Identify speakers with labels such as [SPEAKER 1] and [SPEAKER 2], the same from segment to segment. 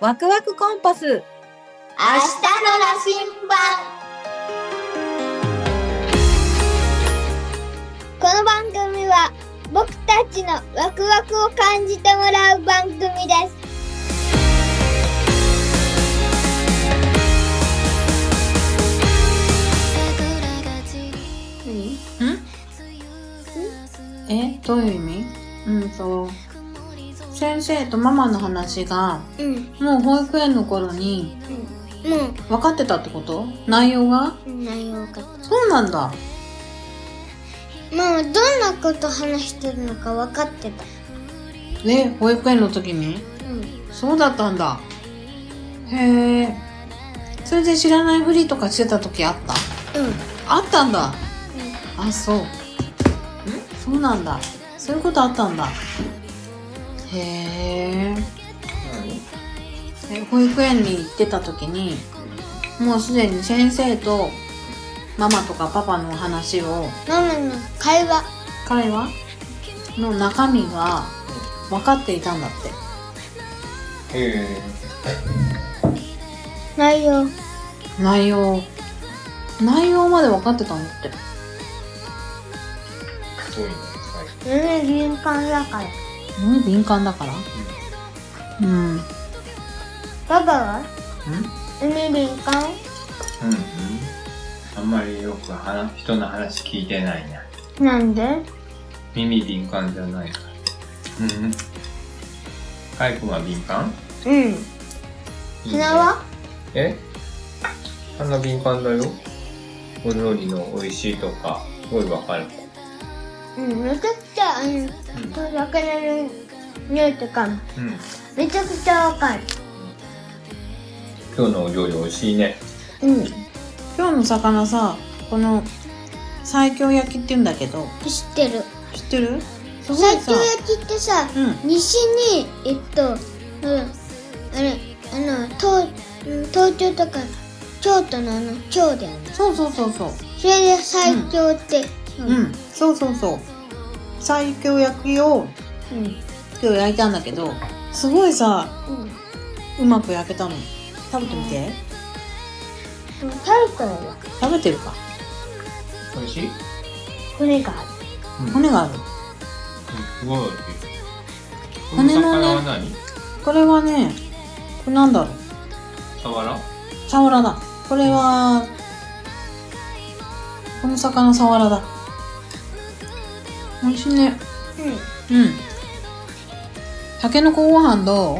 [SPEAKER 1] ワクワクコンパス
[SPEAKER 2] 明日の羅針盤この番組は僕たちのワクワクを感じてもらう番組です
[SPEAKER 3] 何
[SPEAKER 4] えどういう意味うんと先生とママの話が
[SPEAKER 2] うん
[SPEAKER 4] もう保育園の頃に
[SPEAKER 2] も
[SPEAKER 4] 分かってたってこと内容が
[SPEAKER 2] う内容がも
[SPEAKER 4] そうなんだ
[SPEAKER 2] うどんなこと話してるのか分かってた
[SPEAKER 4] え保育園の時に
[SPEAKER 2] うん
[SPEAKER 4] そうだったんだへえそれで知らないふりとかしてた時あった
[SPEAKER 2] うん
[SPEAKER 4] あったんだあそうそうなんだそういうことあったんだへええ保育園に行ってた時にもうすでに先生とママとかパパの話を
[SPEAKER 2] ママの会話
[SPEAKER 4] 会話の中身が分かっていたんだって
[SPEAKER 3] へえ
[SPEAKER 2] 内容
[SPEAKER 4] 内容内容まで分かってたんだって
[SPEAKER 3] すごいねはい
[SPEAKER 2] 全然敏感だから
[SPEAKER 4] すごい敏感だからうん
[SPEAKER 2] パパは
[SPEAKER 3] うん
[SPEAKER 2] 海敏感
[SPEAKER 3] うんうんあんまりよく話人の話聞いてないな
[SPEAKER 2] なんで
[SPEAKER 3] 耳敏感じゃないからうんかいくんは敏感
[SPEAKER 2] うん
[SPEAKER 3] いいね
[SPEAKER 2] ひなは
[SPEAKER 3] え鼻敏感だよお料理の美味しいとかすごいわかる
[SPEAKER 2] うんめちゃくちゃあの分かれる匂いとかも
[SPEAKER 3] うん
[SPEAKER 2] めちゃくちゃわかる
[SPEAKER 3] 今日のお料理美味しいね
[SPEAKER 2] うん
[SPEAKER 4] 今日の魚さこの西京焼きって言うんだけど
[SPEAKER 2] 知ってる
[SPEAKER 4] 知ってるすごい
[SPEAKER 2] 最
[SPEAKER 4] さ
[SPEAKER 2] 強焼きってさ
[SPEAKER 4] うん
[SPEAKER 2] 西にえっと、うん、あれあの東うん東京とか京都のあの京だよね
[SPEAKER 4] そうそうそうそう
[SPEAKER 2] それで最強って、
[SPEAKER 4] うん、そうそうそう西京焼きを
[SPEAKER 2] うん
[SPEAKER 4] 今日焼いたんだけどすごいさ
[SPEAKER 2] うん
[SPEAKER 4] うまく焼けたの食べてみて
[SPEAKER 2] でもタルトは
[SPEAKER 4] 食べてるか
[SPEAKER 3] 美味しい、うん、
[SPEAKER 2] 骨があ
[SPEAKER 4] 骨がある
[SPEAKER 3] すごい美
[SPEAKER 4] 骨
[SPEAKER 3] 味しい
[SPEAKER 4] のね
[SPEAKER 3] この魚は何
[SPEAKER 4] これはねこれなんだろう
[SPEAKER 3] サワラ
[SPEAKER 4] サワラだこれはこの魚サワラだ美味しいね
[SPEAKER 2] るうん
[SPEAKER 4] うんたけのこご飯どう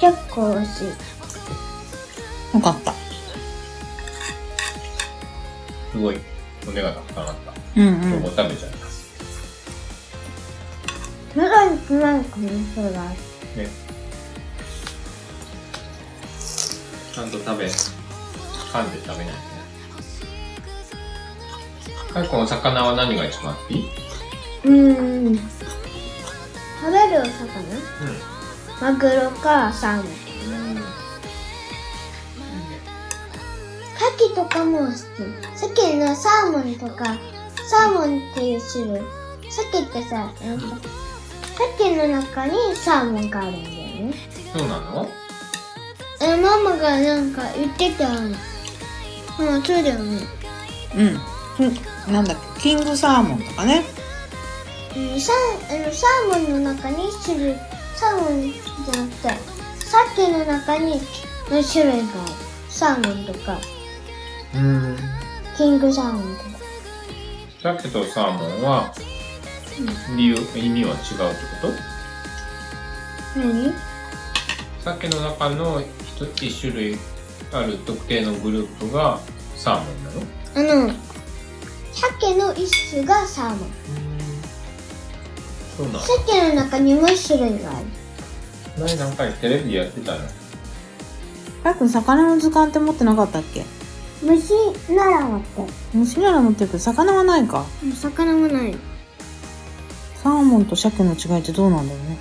[SPEAKER 2] 結構美味しい
[SPEAKER 4] よかった
[SPEAKER 3] すごい骨が高くなった
[SPEAKER 4] うんう
[SPEAKER 3] 今日も
[SPEAKER 4] ん
[SPEAKER 3] 食べちゃった、
[SPEAKER 2] 中にくまんこのそうがある
[SPEAKER 3] ねちゃんと食べ噛んで食べないとねかいこの魚は何が一番好きうん
[SPEAKER 2] うん食べるお魚マグロかサーモン。
[SPEAKER 3] うん
[SPEAKER 2] 牡蠣とかも好き。鮭のサーモンとか、サーモンっていう種類。鮭ってさ、なんか、鮭の中にサーモンがあるんだよね。
[SPEAKER 3] そうなの
[SPEAKER 2] え、ママがなんか言ってたよね。うん、そうだよね。
[SPEAKER 4] うん、うん、なんだっけキングサーモンとかね
[SPEAKER 2] うん、サあのサーモンの中に種類、サーモンじゃなくて、鮭の中にの種類がある。サーモンとか、
[SPEAKER 3] うん
[SPEAKER 2] キングサーモンとか。
[SPEAKER 3] 鮭とサーモンは理由意味は違うってこと
[SPEAKER 2] 何
[SPEAKER 3] 鮭の中の一一種類ある特定のグループがサーモンなの
[SPEAKER 2] あの、鮭の一種がサーモン。
[SPEAKER 3] そうなの
[SPEAKER 2] 鮭の中にも種類がある。
[SPEAKER 3] 前何回テレビでやってたの
[SPEAKER 4] かいくん魚の図鑑って持ってなかったっけ
[SPEAKER 2] 虫ならあって。
[SPEAKER 4] 虫なら持ってるけど魚はないか
[SPEAKER 2] 魚もない。
[SPEAKER 4] サーモンと鮭の違いってどうなんだろうね